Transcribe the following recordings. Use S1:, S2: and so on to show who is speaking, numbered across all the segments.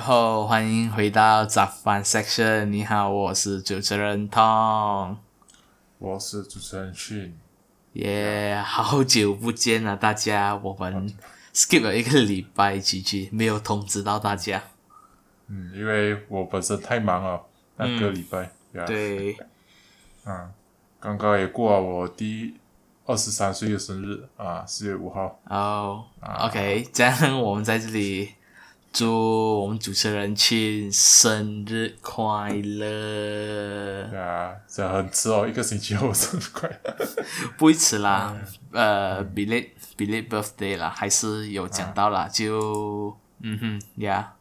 S1: 欢迎回到杂饭 section。你好，我是主持人 Tom。
S2: 我是主持人迅，
S1: 耶、好久不见了，大家，我们 skip 了一个礼拜，G G 没有通知到大家。
S2: 嗯，因为我本身太忙了，那个礼拜，呀，
S1: 嗯对，
S2: 刚刚也过了我第二十三岁的生日啊，四月五号，
S1: 哦、o k 这样我们在这里祝我们主持人庆生日快乐。
S2: 对啊，这很迟哦，一个星期后生日快乐，
S1: 不会迟啦，呃，belated belated birthday 啦，还是有讲到啦，就嗯哼呀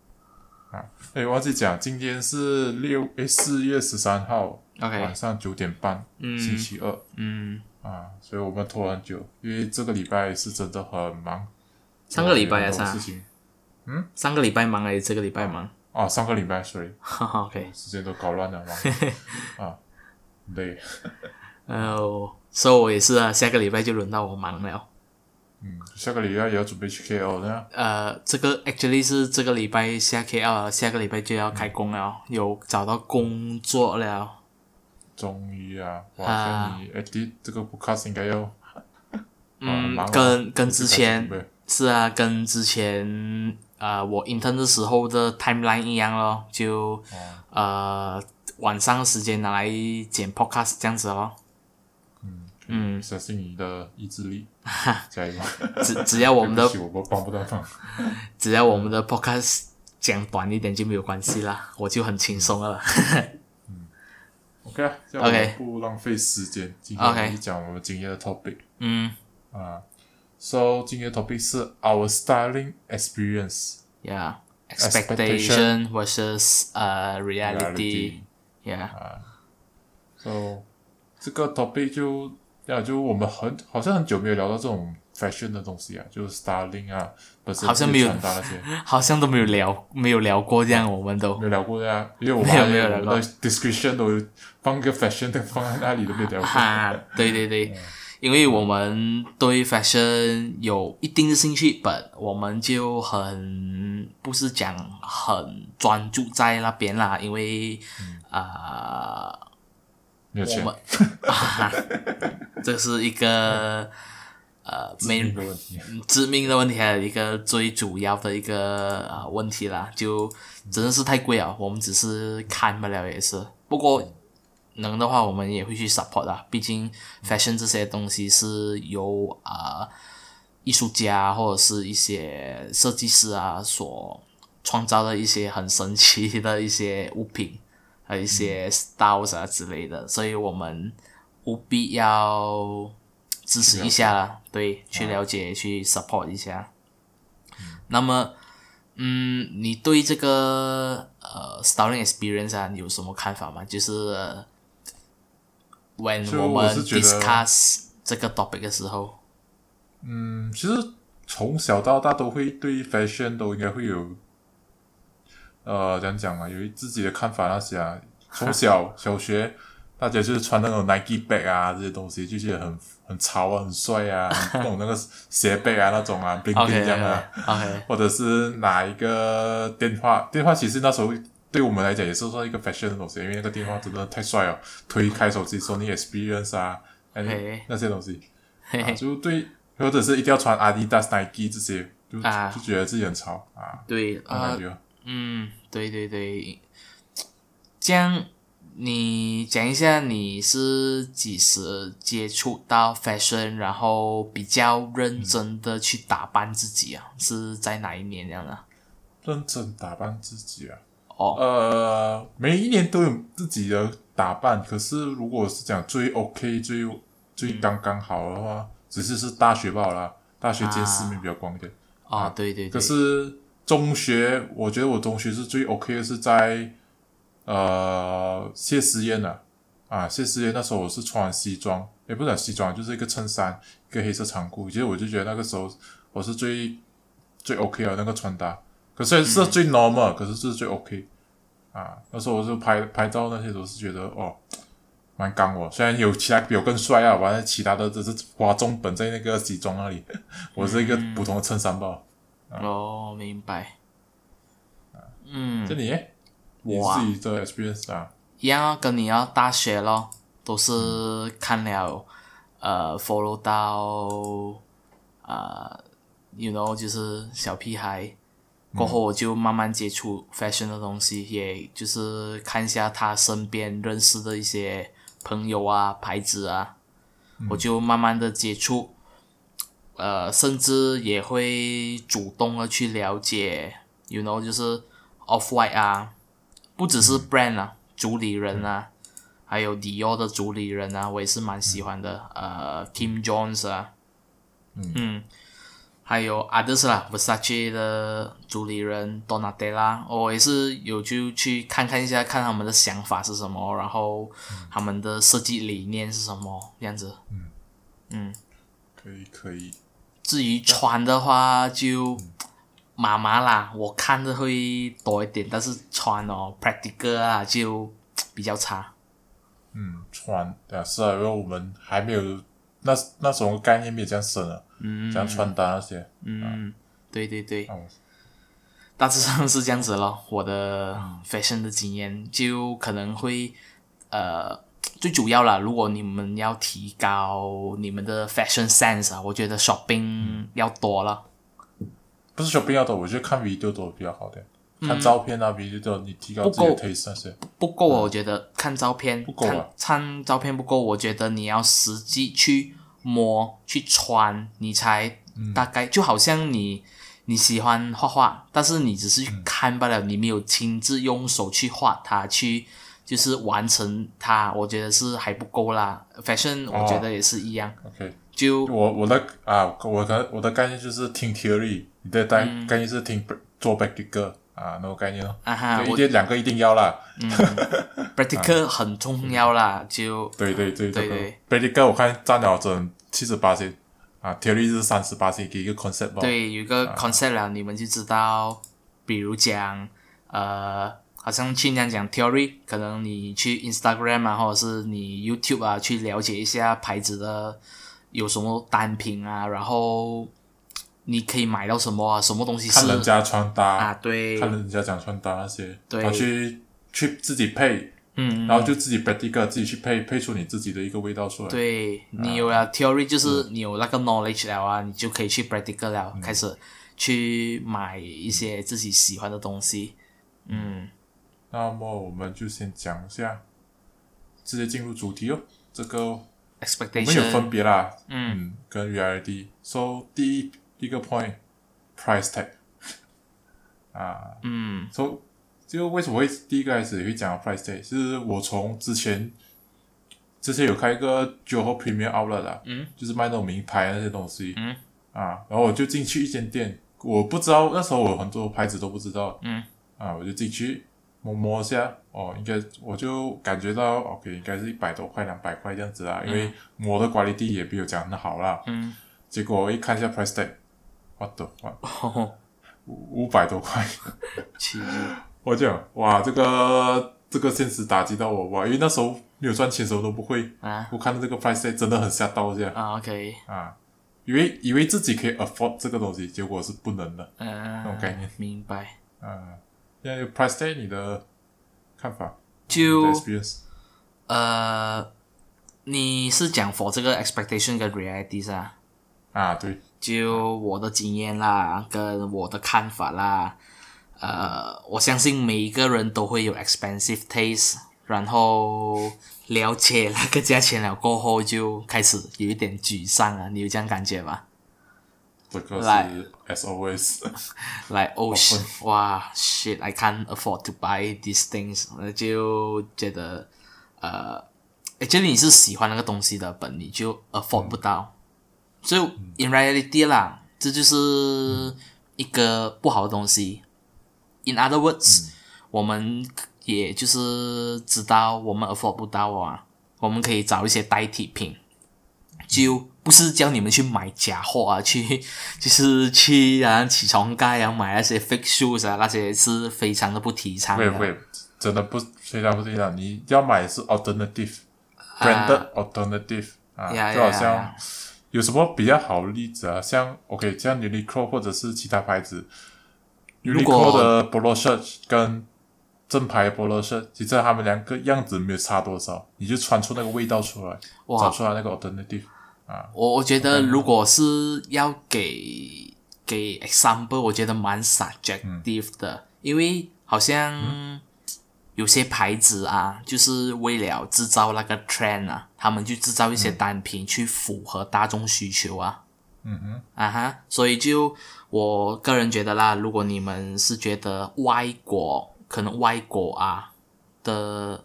S2: 哎，忘记讲，今天是六哎四月十三号晚
S1: ，OK，
S2: 上九点半，星期二
S1: 嗯，
S2: 啊，所以我们拖很久，因为这个礼拜是真的很忙，
S1: 上个礼拜啊，
S2: 有很多
S1: 啥
S2: 事？情
S1: 上个礼拜忙还是这个礼拜忙
S2: 哦，上个礼拜，sorry，
S1: 哈哈？OK，
S2: 时间都搞乱 了嘛，啊，累，
S1: 呃，所以我也是啊，下个礼拜就轮到我忙了。
S2: 嗯，下个礼拜也要准备去 KL 呢。
S1: 呃，这个 actually 是这个礼拜下 KL，了下个礼拜就要开工了，有找到工作了。
S2: 终于啊，哇！
S1: 啊
S2: 像你 AD 这个 podcast 应该要
S1: 嗯
S2: 忙，了啊
S1: 跟跟之前
S2: 对
S1: 是啊，跟之前呃我 intern 的时候的 timeline 一样咯，就、
S2: 哦
S1: 呃晚上时间拿来剪 podcast 这样子咯。嗯，
S2: 相信你的意 志力，加油！
S1: 只只要我们的
S2: 对不起我帮不到忙，
S1: 只要我们的 podcast 讲短一点就没有关系啦，我就很轻松了。
S2: OK 啊，这样我
S1: OK
S2: 们不浪费时间，今天
S1: OK
S2: 我们讲我们今天的 topic
S1: 嗯
S2: 啊。So 今天的 topic 是 our styling experience
S1: ，Yeah。Expectation
S2: Expectation
S1: versus 呃、reality，yeah，
S2: So 哦这个 topic 就呀，就我们很好像很久没有聊到这种 fashion 的东西啊，就是 styling 啊，本身
S1: 好像没有
S2: 穿搭那些。
S1: 好像都没有聊，没有聊过这样，我们都
S2: 没有聊 过呀、因为我
S1: 没有
S2: 们
S1: 没有
S2: 我
S1: 聊
S2: 们
S1: 过
S2: 的 description 都有放个 fashion 的放在那里都没有 聊过。
S1: 哈，对对对，因为我们对 fashion 有一定的兴趣，本我们就很不是讲很专注在那边啦，因为啊、
S2: 没有
S1: 呃，我
S2: 钱
S1: 们，啊哈， 这是一个呃没嗯
S2: 没个问题。
S1: 致命的问题，还有一个最主要的一个啊、呃问题啦，就真的是太贵啊了，我们只是看不了也是。不过能的话，我们也会去 support 啦，毕竟 fashion 这些东西是由啊、呃艺术家或者是一些设计师啊所创造的一些很神奇的一些物品和一些 styles 啊之类的，所以我们务必要支持一下啦，对，去了解、去 support 一下。那么，嗯，你对这个呃 styling experience 啊，你有什么看法吗？就是呃 when
S2: 就
S1: 我
S2: 我
S1: 们
S2: 是觉得
S1: discuss 这个 topic 的时候，
S2: 嗯，其实从小到大都会对 fashion 都应该会有，呃，怎样讲啊？有自己的看法那些啊。从小小学，大家就是穿那种 Nike bag 啊，这些东西就觉得很很潮啊，很帅啊，那种那 个斜背啊那种啊，冰冰
S1: OK
S2: 这样啊。
S1: OK
S2: 或者是拿一个电话，电话其实那时候对我们来讲也是算一个 fashion 的东西，因为那个电话真的太帅了，推开手机 Sony Experience 啊，哎
S1: 嘿
S2: 那些东西，
S1: 嘿
S2: 啊、
S1: 嘿，
S2: 就对，或者是一定要穿 Adidas、Nike 这些，就、
S1: 啊
S2: 就觉得自己很潮啊，
S1: 对
S2: 那
S1: 啊
S2: 感，觉。
S1: 嗯，对对对，这样你讲一下你是几时接触到 fashion，然后比较认真的去打扮自己啊？是在哪一年这样的？啊
S2: 认真打扮自己啊。
S1: 哦
S2: 呃，每一年都有自己的打扮，可是如果是讲最 OK、最最
S1: 嗯
S2: 刚刚好的话，只是是大学罢了啦，大学
S1: 啊
S2: 见世面比较广一点。
S1: 哦，对对
S2: 可
S1: 对，
S2: 是中学，我觉得我中学是最 OK 的，是在呃谢师宴啊，啊谢师宴那时候我是穿西装，也不是讲西装，就是一个衬衫，一个黑色长裤。其实我就觉得那个时候我是最最 OK 的那个穿搭，可
S1: 嗯
S2: 是是最 normal，、可是是最 OK 啊。那时候我就拍拍照那些都是觉得哦。蛮刚我，虽然有其他比我更帅啊，完了其他的只是花重本在那个西装那里，
S1: 嗯
S2: 我是一个普通的衬衫吧。
S1: 哦，明白。
S2: 嗯，这里你
S1: 我啊
S2: 自己的 experience 啊，
S1: 一样啊跟你要大学咯，都是看了呃 follow 到呃，you know 就是小屁孩，过后我就慢慢接触 fashion 的东西，也就是看一下他身边认识的一些朋友啊、牌子啊，我就慢慢的接触，呃，甚至也会主动的去了解，you know 就是 off white 啊。不只是 brand 啊，主理人啊，还有 Dior 的主理人啊，我也是蛮喜欢的。呃，Kim Jones 啊，嗯还有 others 啦，Versace 的主理人 Donatella，我也是有就去看看一下，看他们的想法是什么，然后他们的设计理念是什么这样子。
S2: 可以可以，
S1: 至于穿的话就麻麻啦，我看的会多一点，但是穿哦 practical 啊就比较差。
S2: 嗯，穿对啊，是啊，因为我们还没有那那种概念没有这样深啊，嗯，这样穿搭那些，
S1: 嗯，对对对，
S2: 哦
S1: 大致上是这样子咯。我的 fashion 的经验就可能会，呃，最主要啦。如果你们要提高你们的 fashion sense 啊，我觉得 shopping 要多了。
S2: 不是 shopping 要多，我觉得看 video 多比较好点，看照片啊，video 多，你提高自己
S1: 嗯
S2: 的
S1: 不够
S2: taste 那些，
S1: 不够啊，我觉得看照片
S2: 嗯不够啊
S1: 看看照片不够，我觉得你要实际去摸去穿，你才
S2: 嗯
S1: 大概、就好像你你喜欢画画，但是你只是去看罢了，你没有亲自用手去画它，去就是完成它，我觉得是还不够啦。fashion 我
S2: 哦
S1: 觉得也是一样，
S2: OK，
S1: 就
S2: 我我的啊，我的我的概念就是听 theory，你的概概念是听做 practical 啊，那种概念咯，
S1: 嗯啊哈，
S2: 就一
S1: 我
S2: 定两个一定要啦，
S1: practical 很重要啦，就
S2: 对对对
S1: 对
S2: 对，practical 我看占了整七十八线啊，theory 是三十八线，给一个 concept 吧，
S1: 对，有一
S2: 啊
S1: 个 concept 了，你们就知道，比如讲，呃，好像去那样讲 theory，可能你去 Instagram 啊，或者是你 YouTube 啊，去了解一下牌子的有什么单品啊，然后你可以买到什么啊，什么东西
S2: 看人
S1: 是
S2: 家穿搭
S1: 啊，对，
S2: 看人家讲穿搭那些，
S1: 对
S2: 然后去去自己配，
S1: 嗯，
S2: 然后就自己 practical 自己去配，配出你自己的一个味道出来。，啊
S1: 对你有
S2: 嗯
S1: 了 theory，就是你有那个 knowledge 了啊，你就可以去 practical 了，
S2: 嗯
S1: 开始去买一些自己喜欢的东西，嗯。
S2: 那么我们就先讲一下，直接进入主题哦。这个我
S1: expectation
S2: 们有分别啦，
S1: 嗯
S2: 嗯，跟 reality。So 第一一个 point price tag 啊，
S1: 嗯
S2: so 就为什么会第一个开始会讲到 price tag，是我从之前之前有开一个 Johor Premier Outlet 啊，
S1: 嗯，
S2: 就是卖那种名牌那些东西，
S1: 嗯
S2: 啊，然后我就进去一间店，我不知道那时候我很多牌子都不知道，
S1: 嗯，
S2: 啊，我就进去摸摸一下，哦，应该我就感觉到 OK，应该是一百多块、两百块这样子啊啦，因为摸的 quality 也没有讲很好啦，
S1: 嗯，
S2: 结果我一看一下 price tag，what the fuck，
S1: 哦，
S2: 五百多块。
S1: 奇迹，
S2: 我讲哇，这个这个现实打击到我哇，因为那时候没有赚钱，什么都不会。
S1: 啊
S2: 我看到这个 price tag 真的很吓到一下
S1: 啊，OK，
S2: 啊，以为以为自己可以 afford 这个东西，结果是不能的
S1: 嗯、
S2: 种概念
S1: 明白。
S2: 啊。那 price tag 你的看法？
S1: 就
S2: 你的 experience
S1: 呃，你是讲 for 这个 expectation 跟 reality 是吧？
S2: 啊，对，
S1: 就我的经验啦，跟我的看法啦，呃，我相信每一个人都会有 expensive taste，然后了解那个价钱了过后，就开始有一点沮丧啊，你有这样感觉吗？
S2: 这个
S1: 来
S2: 是 as always
S1: like oh shit，哇 shit I can't afford to buy these things，那就觉得呃，哎，觉得你是喜欢那个东西的本，你就 afford 不到，所以 in reality 啦，这就是一个不好的东西。In other words，、我们也就是知道我们 afford 不到啊，我们可以找一些代替品。就不是叫你们去买假货啊，去就是去啊起床盖啊买那些 fake shoes 啊，那些是非常的不提倡
S2: 会
S1: 的。
S2: 会真的不非常不对的，你要买是 alternative
S1: 啊
S2: branded alternative 啊，
S1: 呀
S2: 就好
S1: 呀
S2: 像
S1: 呀
S2: 有什么比较好的例子啊？像 OK，像 Uniqlo 或者是其他牌子，
S1: 如果
S2: Uniqlo 的 polo shirt 跟正牌 polo shirt，其实他们两个样子没有差多少，你就穿出那个味道出来，
S1: 哇
S2: 找出来那个 alternative。
S1: 我我觉得如果是要给给 example，我觉得蛮 subjective 的，因为好像有些牌子啊，就是为了制造那个 trend 啊，他们就制造一些单品去符合大众需求啊。嗯哼，啊哈，所以就我个人觉得啦，如果你们是觉得外国可能外国啊的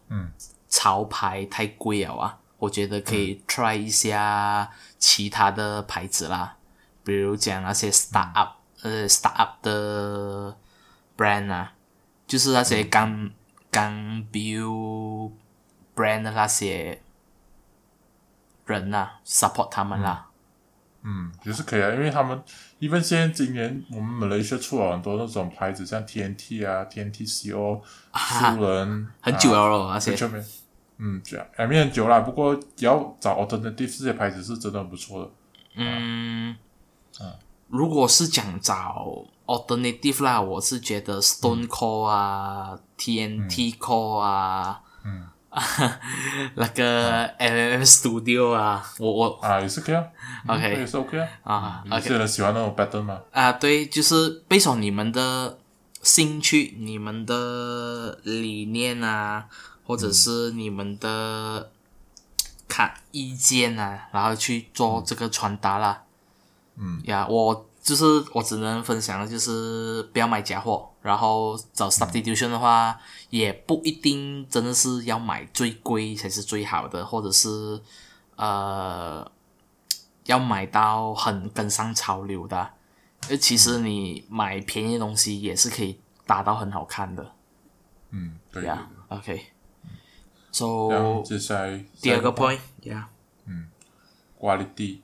S1: 潮牌太贵了啊，我觉得可以 try 一下其他的牌子啦，比如讲那些 startup 呃 startup 的 brand 啊，就是那些刚刚 build brand 的那些人呐、support 他们啦。
S2: 嗯，也是可以啊，因为他们，even 现在今年我们 Malaysia 出了很多那种牌子，像 TNT 啊、TNTCO、树人，
S1: 很久了
S2: 啊，
S1: 咯，那些
S2: 全面，嗯，这样，哎，面很久了。不过要找 alternative 这些牌子是真的很不错的。
S1: 嗯，如果是讲找 alternative 啦，我是觉得 Stone Core 啊、TNT Core 啊，嗯， 那个 MM Studio 啊，我我
S2: 啊，也是可以啊
S1: OK
S2: 嗯也是 OK 啊。
S1: 啊
S2: 有
S1: ，OK
S2: 些人喜欢那种 pattern 嘛，
S1: 啊，对，就是备受你们的兴趣、你们的理念啊，或者是你们的看意见啊，然后去做这个穿搭啦。
S2: 嗯，
S1: 呀，我就是我只能分享的就是不要买假货，然后找 substitution 的话，也不一定真的是要买最贵才是最好的，或者是呃要买到很跟上潮流的啊。呃，其实你买便宜的东西也是可以达到很好看的
S2: 嗯，对。对
S1: 呀
S2: 对。
S1: OK，
S2: 然后
S1: so
S2: 接下来
S1: 第二个
S2: 下一
S1: point 呀、
S2: quality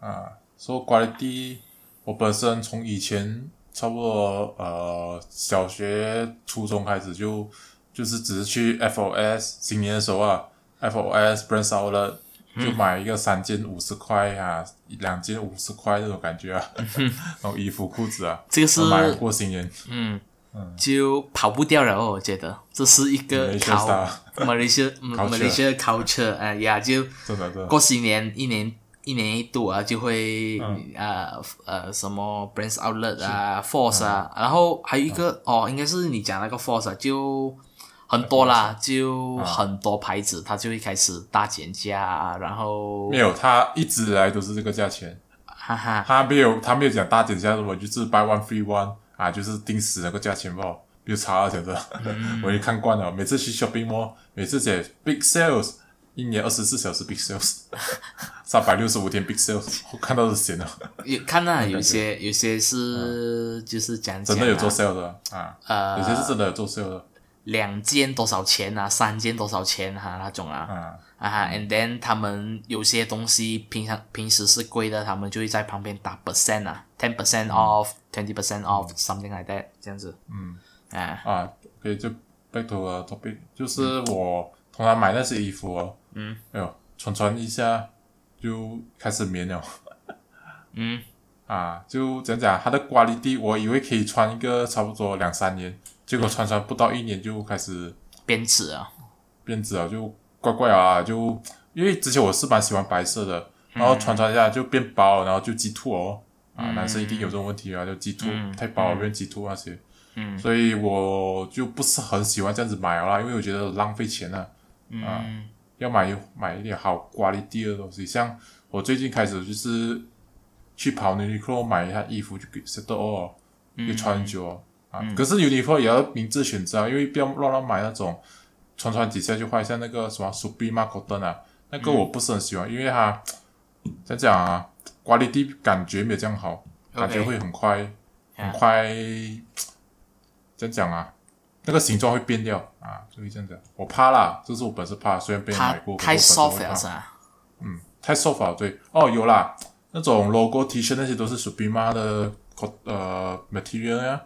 S2: 啊，说、quality，我本身从以前差不多呃小学、初中开始就就是只是去 FOS 新年的时候啊，FOS brand outlet
S1: 嗯
S2: 就买一个三件五十块啊，两件五十块那种感觉啊， 然后衣服裤子啊，
S1: 嗯这个是
S2: 买过新年
S1: 就跑不掉了哦，我觉得这是一个
S2: Malaysia
S1: 考
S2: style
S1: Malaysia 嗯 Malaysia culture，哎呀，就
S2: 真的真的
S1: 过新年一年一年一度啊，就会、
S2: 嗯
S1: 呃呃什么 brands outlet 啊，force 啊，
S2: 嗯
S1: 然后还有一个、哦，应该是你讲那个 force 啊，就很多啦，就很多牌子，它就会开始大减价啊，然后
S2: 没有，它一直以来都是这个价钱。
S1: 哈哈，
S2: 他没有，他没有讲大减价什么，就是 buy one free one 啊，就是定死那个价钱吧，没有差啊，讲真的， 我已经看惯了。每次去 shopping mall，每次写 big sales，一年二十四小时 big sales，三百六十五天 big sales，我看到都闲了，
S1: 有看到有些有些是、就是讲讲、
S2: 嗯真
S1: 啊、
S2: 的有做 sale 的啊，
S1: 呃
S2: 有些是真的有做 sale 的
S1: 两件多少钱啊，三件多少钱啊那种啊。
S2: 啊，
S1: 啊哈，and then 他们有些东西平常平时是贵的，他们就会在旁边打 percent 啊，ten
S2: 嗯
S1: percent off，twenty percent off，something like that 这样子。嗯。啊，
S2: 啊，OK，就 back to the topic，就是我通常买那些衣服哦，嗯，哎呦，穿穿一下就开始棉了。
S1: 嗯，
S2: 啊，就讲讲它的瓜力地，我以为可以穿一个差不多两三年，结果穿穿不到一年就开始
S1: 编制啊，
S2: 变质了，就怪怪啊，就因为之前我是蛮喜欢白色的，然后穿穿一下就变薄，然后就鸡突哦，啊，男生一定有这种问题啊，就鸡突、太薄了变鸡突那些，嗯，所以我就不是很喜欢这样子买了啦，因为我觉得浪费钱啊，啊，要买买一点好瓜力地的东西，像我最近开始就是去跑 Uniqlo 买一下衣服就给 set 哦，就穿很久哦。啊，可是 Uniqlo 也要明智选择啊，因为不要乱乱买那种穿穿几下就坏，像那个什么 Supreme Cotton 啊，那个我不是很喜欢，因为它怎样讲啊，瓜力地感觉没有这样好，
S1: OK
S2: 感觉会很快很快怎样讲啊，那个形状会变掉啊，就会这样讲。我怕啦，这是我本身怕，虽然被人
S1: 它
S2: 买过，可是
S1: 太
S2: 我本身
S1: soft
S2: 会怕
S1: 了是吧？
S2: 太瘦法对哦，有啦，那种 logo T 恤那些都是 Supreme 的呃 material 呀、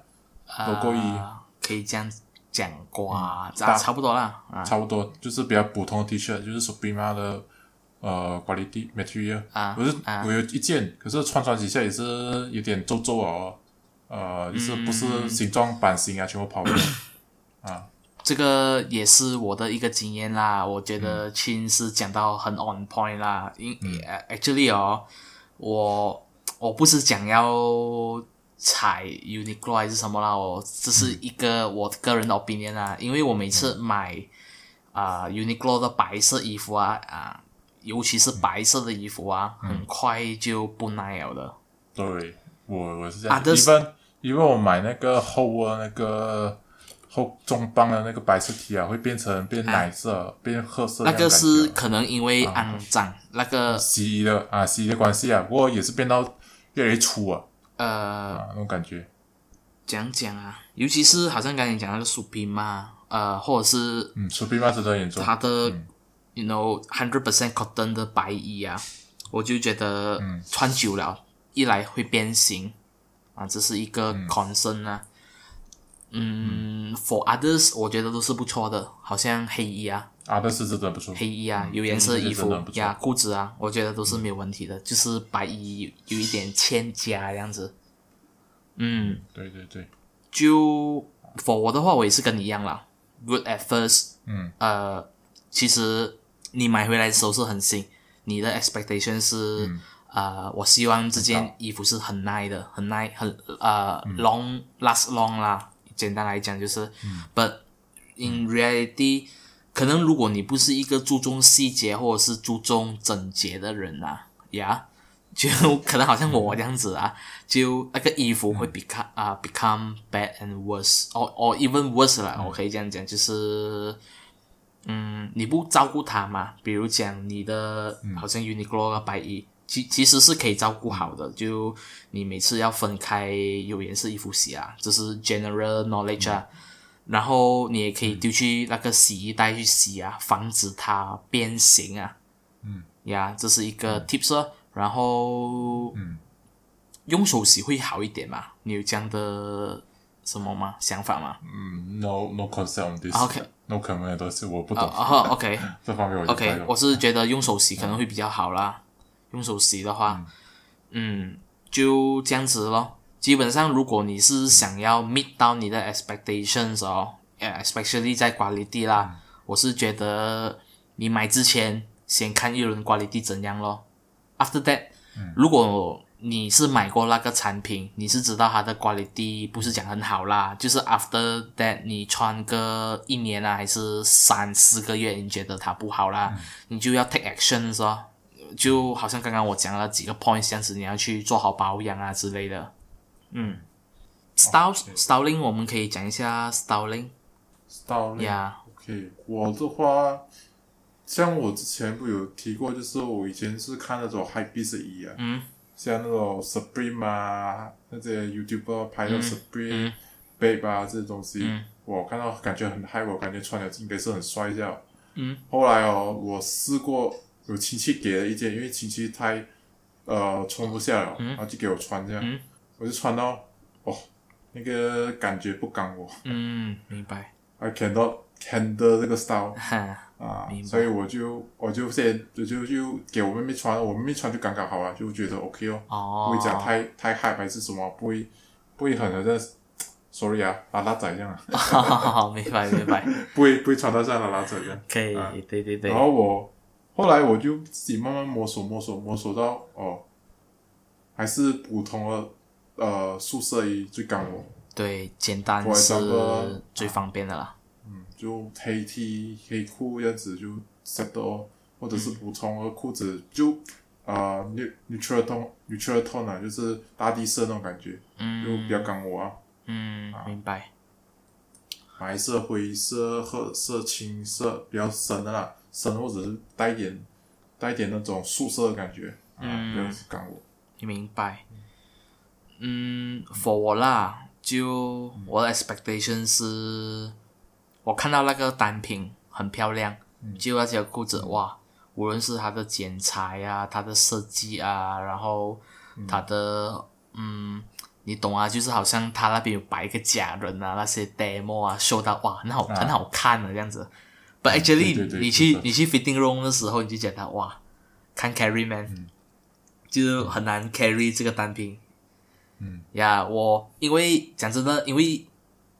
S2: logo 衣
S1: 啊可以这样讲瓜，
S2: 嗯大
S1: 差差不多啦啊
S2: 差不多就是比较普通的 T 恤，就是 Supreme 的呃 quality material
S1: 啊
S2: 我是、
S1: 啊
S2: 我有一件，可是穿穿几下也是有点皱皱哦，啊、呃，就是
S1: 嗯
S2: 不是形状、版型啊，全部跑掉。
S1: 这个也是我的一个经验啦，我觉得
S2: 嗯
S1: Chin 是讲到很 on point 啦，因、呃 actually 哦，我我不是讲要踩 Uniqlo 还是什么啦，我这是一个我个人的 opinion 啦，因为我每次
S2: 嗯
S1: 买啊、Uniqlo 的白色衣服啊啊、尤其是白色的衣服啊，
S2: 嗯
S1: 很快就不耐了的。
S2: 对，我我是这样。
S1: 啊
S2: 一
S1: 但是
S2: 般因为我买那个厚的那个厚中帮的那个白色 T 啊，会变成变奶色、变褐色
S1: 那
S2: 样的
S1: 个
S2: 感觉啊
S1: 是可能因为肮脏，那个
S2: 洗衣的啊，洗衣的关系啊，不过也是变到越来越粗啊
S1: 呃
S2: 啊那种感觉。
S1: 讲讲啊，尤其是好像刚才讲那个 Supreme 嘛，呃，或者是
S2: 嗯，出皮嘛，真的很严重。
S1: 它的、y
S2: 嗯
S1: o u know hundred percent cotton 的白衣啊，我就觉得
S2: 嗯
S1: 穿久了，一来会变形啊，这是一个 concern 啊。嗯 f o r others 我觉得都是不错的，好像黑衣啊，
S2: 阿德是真的不错。
S1: 黑衣啊，有颜色的衣
S2: 嗯黑衣真
S1: 服
S2: 的很不错嗯
S1: 呀、裤子啊，我觉得都是没有问题的，就是白衣有一点欠佳这样子。嗯，
S2: 对对对，
S1: 就 for 我的话，我也是跟你一样啦。Good at first，
S2: 嗯，
S1: 呃，其实你买回来的时候是很新，你的 expectation 是，呃，我希望这件衣服是很耐的，很耐，很呃、long last long 啦。简单来讲就是、b u t in reality，可能如果你不是一个注重细节或者是注重整洁的人啊，呀、就可能好像我这样子啊，就那个衣服会 become 啊、become bad and worse，or or even worse 啦，我可以这样讲，就是嗯，你不照顾它嘛，比如讲你的好像 Uniqlo 的白衣，其其实是可以照顾好的，就你每次要分开有颜色衣服洗啊，这是 general knowledge 啊。然后你也可以丢去那个洗衣袋去洗啊，防止它变形啊。呀，这是一个 tips 哦。然后，
S2: 嗯，
S1: 用手洗会好一点嘛？你有这样的什么吗？想法吗？
S2: 嗯，no no concept on this。
S1: OK
S2: No comment 都是我不
S1: 啊
S2: 懂
S1: 啊哈，OK
S2: 这方面我就不太
S1: OK，
S2: 懂。
S1: 我是觉得用手洗可能会比较好啦。用手洗的话，嗯，就这样子咯。基本上，如果你是想要 meet 到你的 expectations 哦呃，especially 在 quality 啦，我是觉得你买之前先看一轮 quality 怎样咯。After that，、如
S2: 嗯
S1: 果你是买过那个产品，你是知道它的 quality 不是讲很好啦，就是 after that 你穿个一年啊，还是三四个月，你觉得它不好
S2: 嗯
S1: 啦，你就要 take actions 哦。就好像刚刚我讲了几个 point，这样子你要去做好保养啊之类的。
S2: 哦
S1: 嗯，style styling 我们可以讲一下 styling
S2: 到了。
S1: 呀、
S2: OK，我的话，像我之前不有提过，就是我以前是看那种 h i p e 的衣啊，
S1: 嗯，
S2: 像那种 Supreme 啊，那些 YouTuber 拍的 Supreme、
S1: 嗯
S2: Babe 啊这些东西，
S1: 嗯
S2: 我看到感觉很嗨，我感觉穿了应该是很帅这样。
S1: 嗯，
S2: 后来哦，我试过有亲戚给了一件，因为亲戚太呃穿不下了，然后就给我穿这样，
S1: 嗯
S2: 我就穿到哦，那个感觉不刚我
S1: 嗯，明 白，
S2: ，I cannot handle 这个 style。
S1: 哈，
S2: 啊
S1: 明，白
S2: 所以我就我就先我就就给我妹妹穿，我妹妹穿就刚刚好啊，就觉得 OK 哦，
S1: 哦，
S2: 不会讲太太 hype 还是什么，不会不会很好像 sorry 啊，拉拉仔这样啊，
S1: 明白明白，
S2: 不会不会穿到像拉拉仔这样。
S1: 可以，
S2: 啊
S1: 对对对
S2: 然，后我后来我就自己慢慢摸索摸索摸索到哦，还是普通的呃宿舍衣最刚我，
S1: 对，简单
S2: For
S1: 是
S2: example，
S1: 最方便的啦。
S2: 嗯就黑 T 黑裤这样子就 set 的哦，或者是普通的裤子就啊、呃、neu- neutral tone neutral tone 啊，就是大地色那种感觉，就比较刚我啊，
S1: 嗯，明白。
S2: 白色、灰色、褐色、青色比较深的啦，深或者是带一点带一点那种素色的感觉啊，
S1: 嗯
S2: 比较是刚我。
S1: 明白。嗯，for 我啦，就我的 expectation 是，我看到那个单品很漂亮，就那条裤子哇，无论是它的剪裁啊，它的设计啊，然后它的嗯。你懂啊，就是好像他那边有摆一个假人啊，那些 demo 啊，秀到哇，很好、很好看的啊这样子。But actually，、
S2: 嗯对对对
S1: 你
S2: 是
S1: 去
S2: 的
S1: 你去 fitting room 的时候，你就觉得
S2: 嗯
S1: 哇，看 carry man，、就是很难 carry 这个单品。嗯，呀，我因为讲真的，因为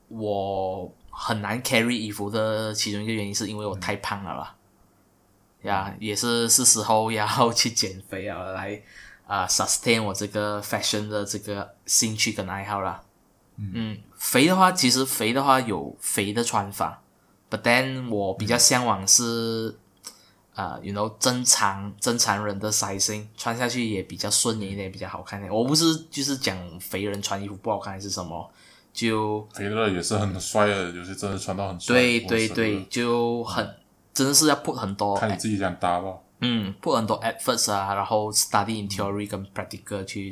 S1: 我很难 carry 衣服的其中一个原因，是因为我太胖了啦。呀，也是是时候要去减肥啊，来啊、sustain 我这个 fashion 的这个兴趣跟爱好啦。嗯，肥的话，其实肥的话有肥的穿法，but then 我比较向往是，啊、y o u know 正常正常人的 sizing，穿下去也比较顺眼一点，比较好看一点。我不是就是讲肥人穿衣服不好看还是什么，就
S2: 肥了也是很帅的，有些真的穿到很帅。
S1: 对
S2: 我
S1: 对
S2: 舍得
S1: 对，，就很真的是要 put 很多
S2: 看你自己想搭吧。
S1: 嗯，put 很多 efforts 啊，然后 study in theory 跟 practical 去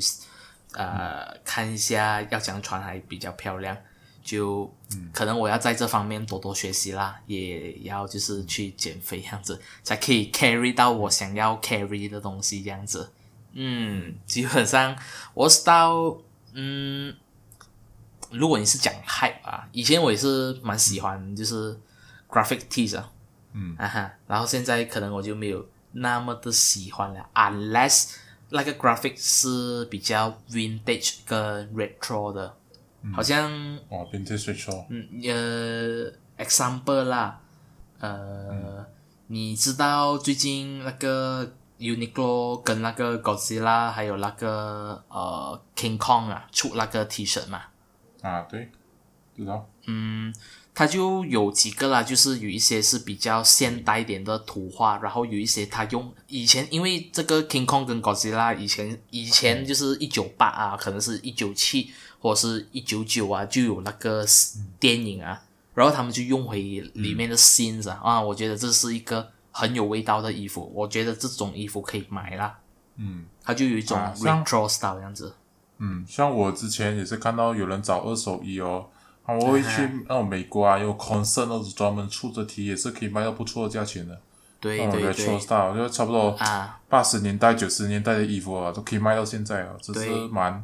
S1: 呃看一下要怎样穿还比较漂亮，就、可能我要在这方面多多学习啦，也要就是去减肥这样子，才可以 carry 到我想要 carry 的东西这样子。嗯，基本上我是到嗯，如果你是讲 hype 啊，以前我也是蛮喜欢就是 graphic tees 啊，啊哈，然后现在可能我就没有那么的喜欢了，unless 那个 graphic 是比较 vintage 跟 retro 的，好像
S2: 哇，变态睡说，
S1: 嗯呃 example 啦，呃，你知道最近那个 Uniqlo 跟那个 Godzilla 还有那个呃 King Kong 啊出那个 T 恤嘛？
S2: 啊，对，知道。
S1: 它就有几个啦，就是有一些是比较现代一点的图画，然后有一些它用以前因为这个 King Kong 跟 Godzilla 以前以前就是一九八啊，可能是一九七或者是一九九啊，就有那个电影啊，然后他们就用回里
S2: 嗯
S1: 面的 scenes 啊，啊，我觉得这是一个很有味道的衣服，我觉得这种衣服可以买啦，
S2: 嗯
S1: 它就有一种
S2: 啊像
S1: retro style 这样子，
S2: 嗯，像我之前也是看到有人找二手衣哦，啊，我
S1: 嗯
S2: 会去那种美国啊，有 concern 那种专门出的 T 也是可以卖到不错的价钱的，
S1: 对
S2: 那种
S1: 对
S2: 哦 retro
S1: 对
S2: style 就差不多
S1: 啊。
S2: 八十年代、九十年代的衣服啊，都可以卖到现在啊，这
S1: 对
S2: 是蛮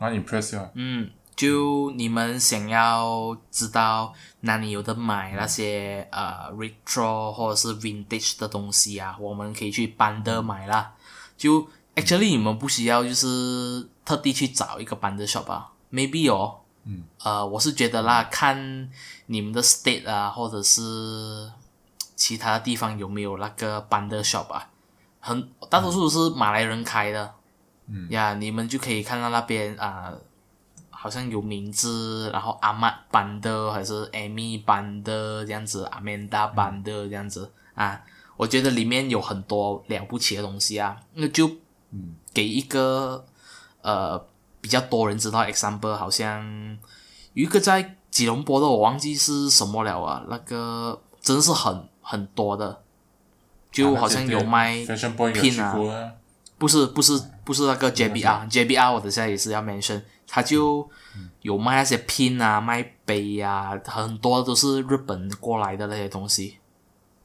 S2: 蛮 impressive 啊的。
S1: 嗯，就你们想要知道哪里有的买那些、呃 retro 或者是 vintage 的东西啊，我们可以去班的买啦。就 actually 你们不需要就是特地去找一个班的 shop 啊，maybe 有、哦。
S2: 嗯，
S1: 呃，我是觉得啦，看你们的 state 啊，或者是其他地方有没有那个班的 shop 啊，很大多数是马来人开的。
S2: 嗯
S1: 呀，你们就可以看到那边啊、好像有名字，然后阿曼班的还是 Amy 班的这样子，阿曼达
S2: 嗯
S1: 班的这样子啊，我觉得里面有很多了不起的东西啊，那就
S2: 嗯
S1: 给一个呃比较多人知道的 example，好像有一个在吉隆坡的，我忘记是什么了啊，那个真是很很多的，就
S2: 啊
S1: 好像有卖、
S2: 那些店 Fashion Point 有去
S1: pin 啊
S2: 过啊，
S1: 不是不是不是那个 JBR，JBR 我等下也是要 mention，他就有卖那些 pin 啊、卖杯啊，很多都是日本过来的那些东西。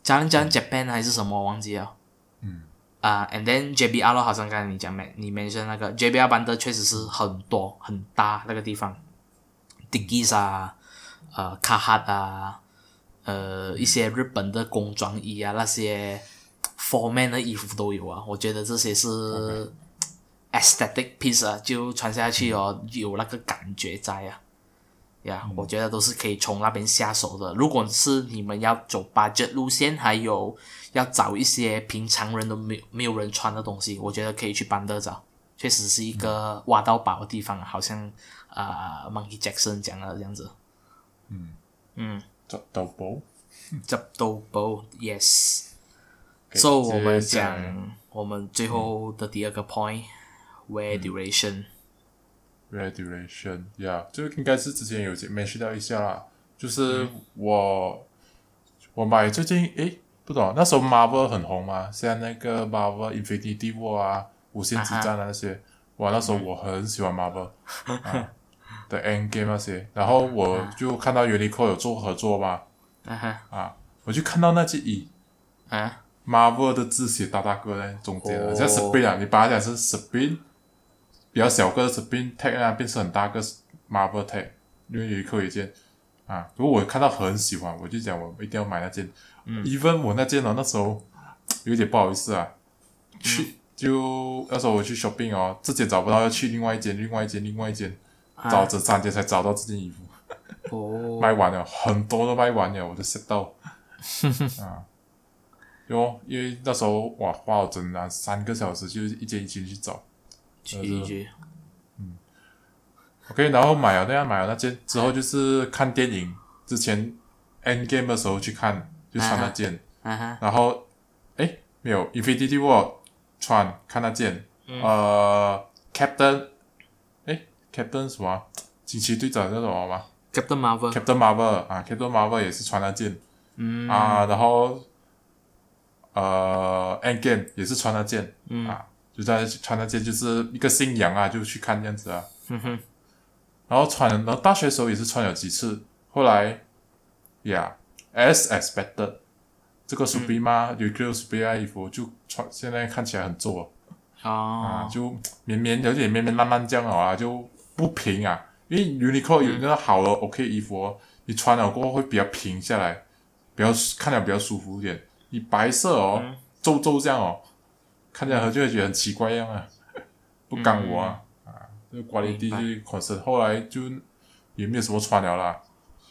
S1: 讲讲 Japan 还是什么，我忘记了。
S2: 嗯。
S1: 啊、a n d then JBR 咯，好像刚才你讲没，你 mention 那个 JBR 班的确实是很多很大那个地方，Dickies 啊，呃，卡哈啊，呃，一些日本的工装衣啊，那些 forman 的衣服都有啊。我觉得这些是 aesthetic piece 啊，就穿下去哦，有那个感觉在啊。呀、我觉得都是可以从那边下手的。如果是你们要走 budget 路线，还有要找一些平常人都没有没有人穿的东西，我觉得可以去班德找，确实是一个挖到宝的地方啊，好像啊、Monkey Jackson 讲的这样子。
S2: 找到包。
S1: Jab do bo yes。
S2: OK，
S1: So
S2: 接
S1: 我们
S2: 下来
S1: 讲嗯我们最后的第二个 point，wear duration。
S2: Red Duration，yeah，这个应该是之前有 mention 到一下啦，就是我、我买最近诶，不懂啊，那时候 Marvel 很红嘛，像那个 Marvel Infinity War 啊，无限之战啊那些，哇，那时候我很喜欢 Marvel 啊的 End Game 那些，然后我就看到 Uniqlo 有做合作嘛，
S1: 啊哈
S2: 啊，我就看到那件以
S1: 啊
S2: Marvel 的字写大大个在中间
S1: 哦
S2: 的，像 Spin 啊，你把它讲是 Spin，比较小个 Spin tag 啊，变成很大个 Marvel tag，因为有一扣一件啊。如果我看到很喜欢，我就讲我一定要买那件。嗯，even 我那件哦，那时候有点不好意思啊，去就那时候我去 shopping 哦，这间找不到，要去另外一间，另外一间，另外一间，找这三间才找到这件衣服，
S1: 哦，
S2: 卖完了，很多都卖完了，我都吓到。啊，哟，因为那时候哇，花了整整三个小时，就是一间一间去找。
S1: 去一去，
S2: OK，然后买了那样买了那件之后，就是看电影之前 end game 的时候去看，就穿那件。
S1: 啊哈，
S2: 然后，哎，没有 Infinity War 穿看得见，呃，Captain，哎，Captain 什么啊？惊奇队长那种啊吗
S1: Captain Marvel，
S2: ？Captain Marvel 啊，Captain Marvel 也是穿得见
S1: 嗯
S2: 啊，然后，呃，Endgame 也是穿得见
S1: 嗯
S2: 啊，就在穿得见就是一个信仰啊，就去看这样子啊。
S1: 哼嗯哼，
S2: 然后穿，然后大学的时候也是穿了几次，后来，yeah，as expected，这
S1: 嗯
S2: 个 s u p r e m a 有一个 s u p r e m a 衣服就穿，现在看起来很皱啊，
S1: 哦，
S2: 就绵绵有点绵绵烂烂这样了啊，就不平啊，因为 Uniqlo 有那个好的 OK 衣服、哦，你穿了过后会比较平下来，比较看起来比较舒服一点。你白色哦，
S1: 嗯
S2: 皱皱这样哦，看起来就会觉得很奇怪 一样啊，不干我啊、啊，就管理地
S1: 嗯明白
S2: 就是款式，后来就也没有什么穿了啦，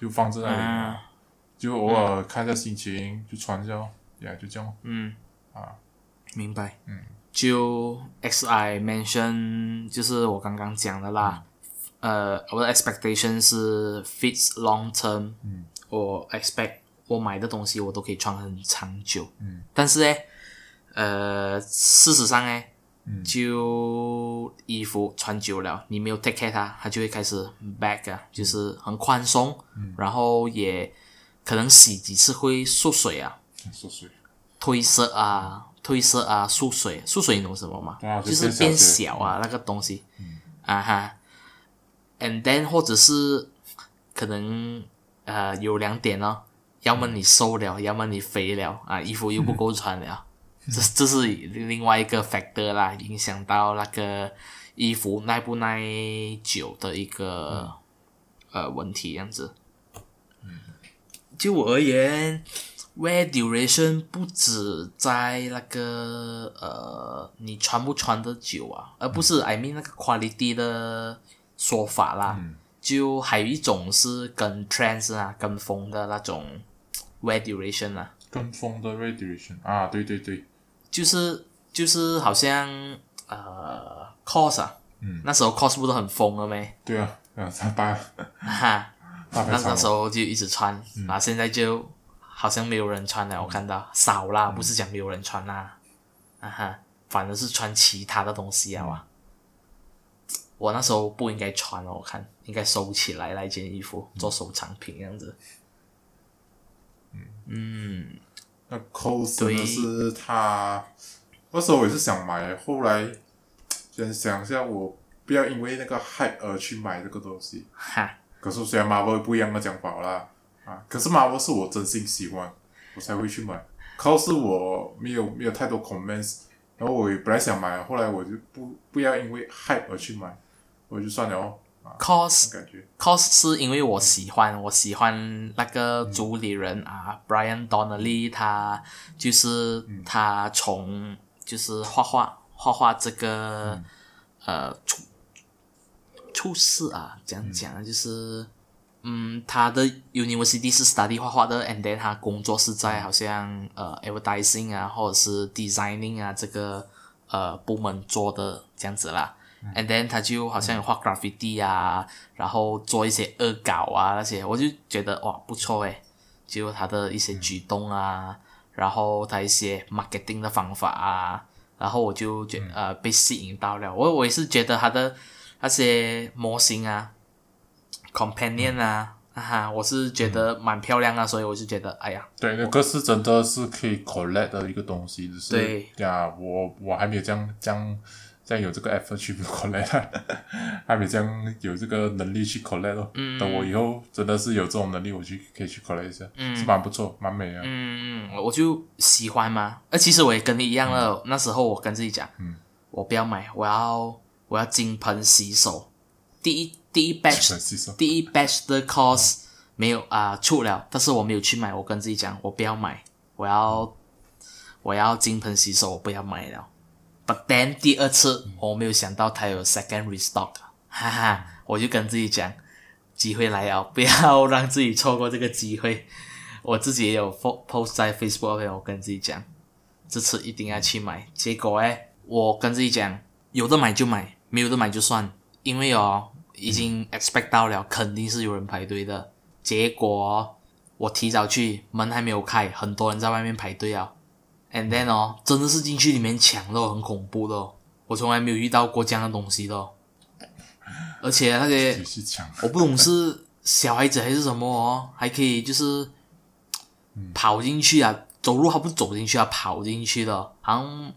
S2: 就放在那里啊、
S1: 啊，
S2: 就偶尔看一下心情就穿一下哦，呀、就这样哦。
S1: 嗯，
S2: 啊，
S1: 明白，
S2: 嗯，
S1: 就 XI mention 就是我刚刚讲的啦，
S2: 嗯
S1: 呃，我的 expectation 是 fits long term，
S2: 嗯，
S1: 我 expect 我买的东西我都可以穿很长久，
S2: 嗯，
S1: 但是呢，呃，事实上呢，
S2: 嗯
S1: 就衣服穿久了，你没有 take care 它，它就会开始 back
S2: 嗯
S1: 啊，就是很宽松，然后也可能洗几次会缩水啊，
S2: 嗯缩水
S1: 褪色啊、褪色啊、缩水，缩水你懂什么吗？
S2: 对啊
S1: 就
S2: 就是变
S1: 变
S2: 小嗯
S1: 小啊，那个东西，啊哈，and then 或者是可能呃有两点哦，要么你瘦
S2: 嗯
S1: 了，要么你肥了啊，衣服又不够穿了，这这是另外一个 factor 啦，影响到那个衣服耐不耐久的一
S2: 嗯
S1: 个、呃问题，这样子。就我而言，wear duration 不止在那个呃，你穿不穿得久啊，而不是 I mean 那个 quality 的说法啦。就还有一种是跟 trends 啊、跟风的那种 wear duration 啊，
S2: 跟风的 r a d i a t i o n 啊，对对对，
S1: 就是就是好像呃 cos 啊，
S2: 嗯
S1: 那时候 cos 不都很疯了咩？
S2: 对啊，啊，他大
S1: 哈哈。
S2: 大排
S1: 那那
S2: 长
S1: 时
S2: 龙，
S1: 候就一直穿，然后现在就好像没有人穿了，我看到少啦，不是讲没有人穿啦，啊哈，反而是穿其他的东西啊哇！我那时候不应该穿哦，我看应该收起来那一件衣服做收藏品这样子。嗯，
S2: 那 cos 真的是他，那时候我也是想买，后来先想一下，我不要因为那个 hype 而去买这个东西。
S1: 哈，
S2: 可是虽然 Marvel 不一样的讲法啦，啊，可是 Marvel 是我真心喜欢，我才会去买。cos 我没有没有太多 comments，然后我也本来想买，后来我就不不要因为 hype 而去买，我就算了哦，啊，
S1: cos
S2: 感觉
S1: cos 是因为我喜欢，我喜欢那个主理人啊，Brian Donnelly，他就是他从就是画画画画这个、呃出出世啊，怎样讲呢？就是嗯，他的 university 是 study 画画的，and then 他工作是在好像呃 advertising 啊，或者是 designing 啊这个呃部门做的这样子啦。and then 他就好像有画 graffiti 啊，然后做一些恶搞啊那些，我就觉得哇不错诶，就他的一些举动啊，然后他一些 marketing 的方法啊，然后我就觉呃被吸引到了，我我也是觉得他的那些模型啊，companion 啊，啊哈，我是觉得蛮漂亮啊，所以我就觉得哎呀，
S2: 对，那个是真的是可以 collect 的一个东西，只是
S1: 对
S2: 呀，我我还没有这样这样这样有这个 effort 去 collect，还啊没这样有这个能力去 collect 咯。嗯，等我以后真的是有这种能力，我去可以去 collect 一下，嗯、是蛮不错，蛮美啊的。
S1: 嗯，我就喜欢嘛。那其实我也跟你一样了，那时候我跟自己讲，
S2: 嗯
S1: 我不要买，我要我要金盆洗手。第一第一 batch
S2: 很吸收。
S1: 第一 batch 的 course 没有啊、出了，但是我没有去买，我跟自己讲，我不要买，我要我要金盆洗手，我不要买了。 But then 第二次我没有想到它有 second restock，哈哈，我就跟自己讲，机会来了，不要让自己错过这个机会。我自己也有 fo- post 在 Facebook 那边，我跟自己讲，这次一定要去买。结果哎，我跟自己讲，有的买就买，没有的买就算，因为哦，已经 expect 到了，肯定是有人排队的。结果哦我提早去，门还没有开，很多人在外面排队啊。And then 哦，真的是进去里面抢咯，很恐怖的哦，我从来没有遇到过这样的东西的哦。而且那些
S2: 继续抢。
S1: 我不懂是小孩子还是什么哦，还可以就是跑进去啊，走路他不走进去啊，跑进去的，好像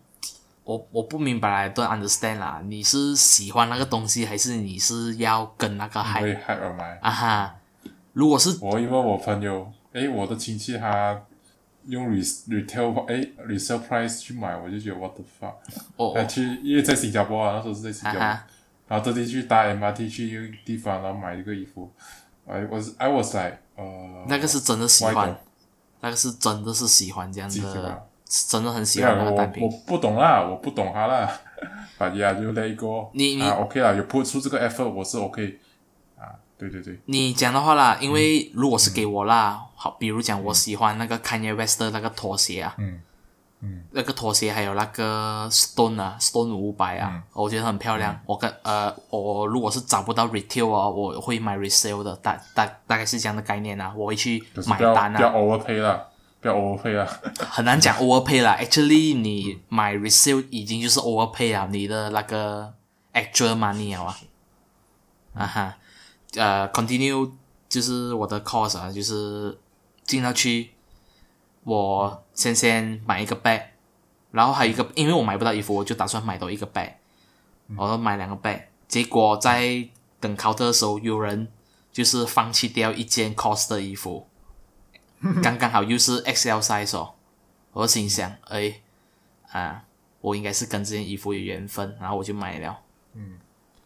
S1: 我我不明白，don't understand 啦。你是喜欢那个东西，还是你是要跟那个
S2: 因
S1: 嗨
S2: 为害而买。
S1: 啊哈？如果是
S2: 我因为我朋友，诶，我的亲戚他用 re retail 诶 resale price 去买，我就觉得 what the fuck。
S1: 我
S2: 他哎去因为在新加坡啊，那时候是在新加
S1: 哦啊
S2: 坡，
S1: 哈
S2: 然后特地去搭 MRT 去一个地方，然后买一个衣服。I was I was like 呃，
S1: 那个是真的喜
S2: why
S1: 欢
S2: the-，
S1: 那个是真的是喜欢这样
S2: 自己吧
S1: 的，真的很喜
S2: 对啊
S1: 欢那个
S2: 我
S1: 单
S2: 我
S1: 品。
S2: 不懂啦，我不懂他啦。 把呀就 let it go。
S1: 你你
S2: 啊 OK 啦，有 put 出这个 effort，我是 OK。啊，对对对，
S1: 你讲的话啦，
S2: 嗯
S1: 因为如果是给我啦，好，比如讲我喜欢那个 Kanye West 的那个拖鞋啊，
S2: 嗯嗯，
S1: 那个拖鞋还有那个 Stone 啊，Stone 五百啊，
S2: 嗯
S1: 我觉得很漂亮。我跟呃，我如果是找不到 retail 啊，我会买 resale 的，大大大概是这样的概念啊，我会去
S2: 可是
S1: 买
S2: 不要
S1: 单
S2: 不要
S1: 啊，
S2: overpay 啦，不要 overpay 啦。
S1: 很难讲 overpay 啦。Actually，你买 resale 已经就是 overpay 啊，你的那个 actual money 了啊。啊哈，呃，continue 就是我的 course 啊，就是进到去，我先先买一个 bag，然后还有一个，因为我买不到衣服，我就打算买多一个 bag，我说买两个 bag，结果在等 counter 的时候，有人就是放弃掉一件 cos 的衣服，刚刚好又是 XL size 哦，我心想，哎，啊，我应该是跟这件衣服有缘分，然后我就买了。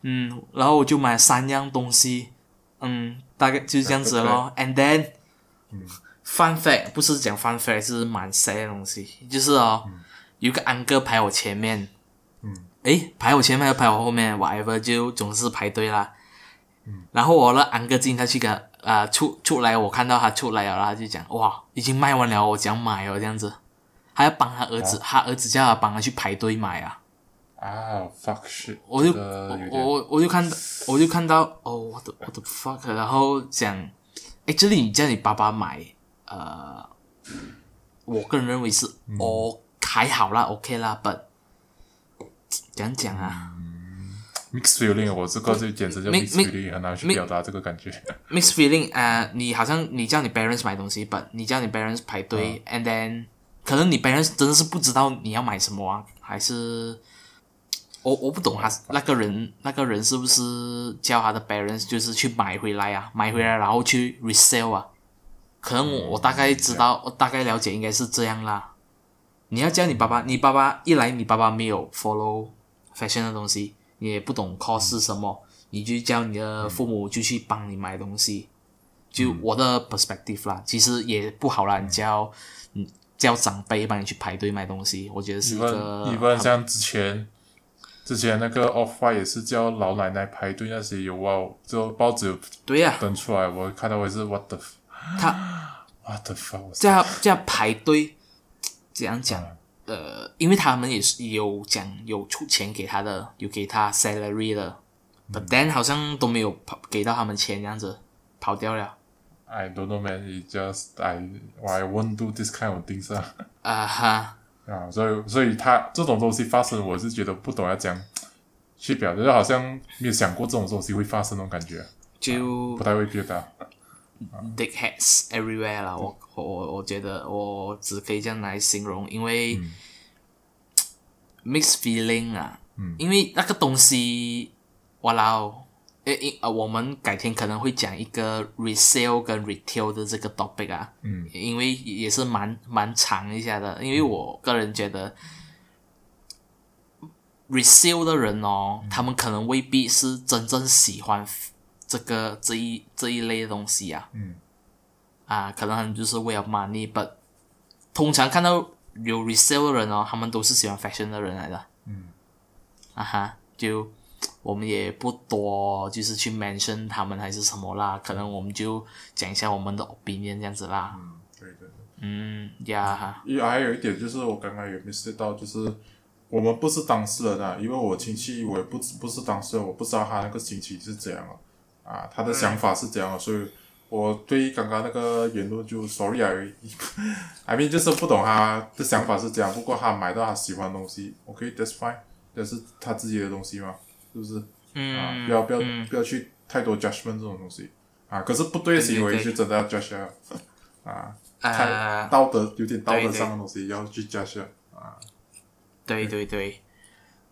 S1: 嗯，然后我就买三样东西，嗯，大概就是这样子咯。And then，fun 嗯 fact 不是讲 fun fact，是蛮 sad 的东西，就是哦，有一个安哥排我前面，嗯，诶，排我前面还是排我后面，whatever，就总是排队啦。然后我那安哥进他去跟啊、呃出出来，我看到他出来了，然后他就讲哇，已经卖完了，我想买哦这样子，还要帮他儿子，他儿子叫他帮他去排队买啊。
S2: 啊，fuck shit！
S1: 我就
S2: 这个
S1: 我
S2: 有点
S1: 我我我就看到我就看到哦，我的我的 fuck，然后讲，哎，这里你叫你爸爸买，呃，我个人认为是、
S2: 嗯
S1: 哦还好啦，OK 啦，but 讲讲啊、
S2: 嗯 mixed feeling，我这个就简直就
S1: Mi-
S2: mixed
S1: mi-
S2: feeling，很难去
S1: mi-
S2: 表达这个感觉。
S1: m i x feeling 啊、你好像你叫你 parents 买东西，but 你叫你 parents 排队、a
S2: 啊
S1: n d then 可能你 parents 真的是不知道你要买什么啊，还是我我不懂他那个人那个人是不是叫他的 parents 就是去买回来啊，买回来然后去 resell 啊？可能我我大概知道，我大概了解应该是这样啦。你要叫你爸爸，你爸爸一来，你爸爸没有 follow fashion 的东西，你也不懂 cos 是什么，你就叫你的父母就去帮你买东西。就我的 perspective 啦，其实也不好啦，你叫你叫长辈帮你去排队买东西，我觉得是一
S2: even
S1: 个啊
S2: even 像之前之前那个 off white 也是叫老奶奶排队那些有啊，就报纸有
S1: 对呀、
S2: 登出来，我看到我也是 what the
S1: 他
S2: what the fuck！我
S1: 这样这样排队，怎样讲？
S2: 嗯
S1: 呃，因为他们也是有讲有出钱给他的，有给他 salary 的、b
S2: 嗯
S1: u t then 好像都没有跑给到他们钱，这样子跑掉了。
S2: I don't know man, it just I I won't do this kind of things 啊
S1: 啊哈，
S2: 啊，所以所以他这种东西发生，我是觉得不懂要讲去表达，就好像没有想过这种东西会发生那种感觉，
S1: 就
S2: 不太会表达。
S1: dickheads everywhere 啦。我我我我觉得我只可以这样来形容，因为、mixed feeling 啊，因为那个东西，哇啦哦，诶诶呃，我们改天可能会讲一个 resale 跟 retail 的这个 topic 啊，
S2: 嗯，
S1: 因为也是蛮蛮长一下的，因为我个人觉得。resale 的人哦，他们可能未必是真正喜欢这个这一这一类的东西啊。
S2: 嗯。
S1: 啊，可能他们就是为了 money，but 通常看到有 resale 的人哦，他们都是喜欢 fashion 的人来的。嗯。啊哈，就我们也不多就是去 mention 他们还是什么啦，可能我们就讲一下我们的 opinion 这样子啦。
S2: 嗯，对对对。
S1: 嗯呀，
S2: 因为还有一点就是我刚刚也 miss 到，就是我们不是当事人啊，因为我亲戚我也不不是当事人，我不知道他那个亲戚是怎样的啊，
S1: 嗯
S2: 他的想法是怎样的，啊所以我对刚刚那个言论就 sorry 啊，I mean 就是不懂他的想法是怎样，不过他买到他喜欢的东西，OK，that's、fine，这是他自己的东西嘛，是不是？啊，
S1: 嗯，
S2: 不要不要、
S1: 嗯
S2: 不要去太多 judgment 这种东西啊，可是不对的行为
S1: 对对
S2: 就真的要 judge 啊啊。太
S1: 呃，
S2: 道德有点道
S1: 对
S2: 德
S1: 对
S2: 上的东西要去加强。
S1: 对对对，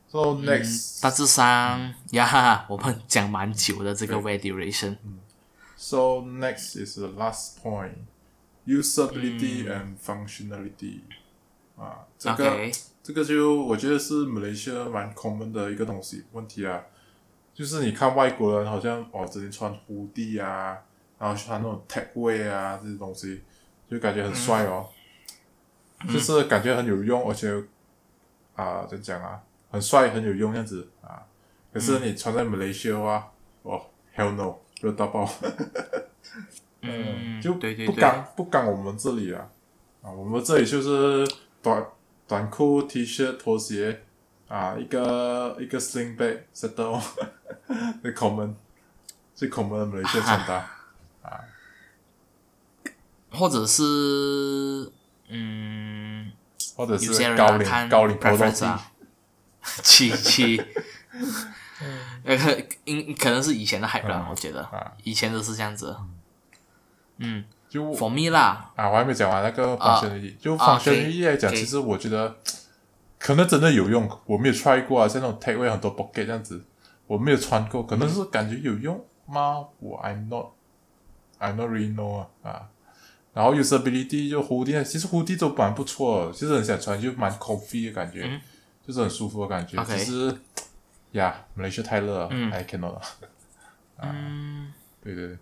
S2: So
S1: 嗯
S2: next,、
S1: 大致上呀，我们讲蛮久的这个 w e
S2: 嗯对
S1: a duration。
S2: so next is the last point, usability and functionality。啊，这个
S1: OK，
S2: 这个就我觉得是马来西亚蛮 common 的一个东西问题啊，就是你看外国人好像哦，整天穿胡地啊，然后穿那种 tech way 啊这些东西，就感觉很帅哦，
S1: 嗯
S2: 就是感觉很有用，而且啊、怎么讲啊，很帅很有用这样子啊。可是你穿在马来西亚的话，哦，hell no，热到爆。
S1: 嗯，
S2: 就
S1: 对对
S2: 不
S1: 对，
S2: 刚不刚我们这里啊啊，我们这里就是短短裤、T 恤、拖鞋啊，一个一个 sling bag settle，最 common 最 common 的马来西亚穿搭。
S1: 或者是嗯，
S2: 或者
S1: 有些
S2: 是
S1: 人
S2: 高
S1: 啊
S2: 领
S1: 看
S2: 高领活动
S1: preference
S2: 地
S1: 啊， 去去，呃，可应可能是以前的 hype 啦，
S2: 嗯
S1: 我觉得
S2: 啊
S1: 以前都是这样子。嗯
S2: 就
S1: ，for me 啦，
S2: 啊，我还没讲完那个
S1: 啊
S2: 防旋力，就
S1: 啊
S2: 防旋力来讲，
S1: 可以
S2: 其实我觉得可能真的有用，我没有 try 过啊，像那种 take away 很多 pocket 这样子，我没有穿过，可能是感觉有用吗？我 I'm not I'm not really know 啊啊。然后 usability 就蝴蝶，其实蝴蝶都蛮不错的，其实很想穿，就蛮 comfy 的感觉，
S1: 嗯
S2: 就是很舒服的感觉。
S1: OK
S2: 只是呀，马来西亚太热了、
S1: 嗯
S2: i cannot 啊。
S1: 嗯，
S2: 对对对，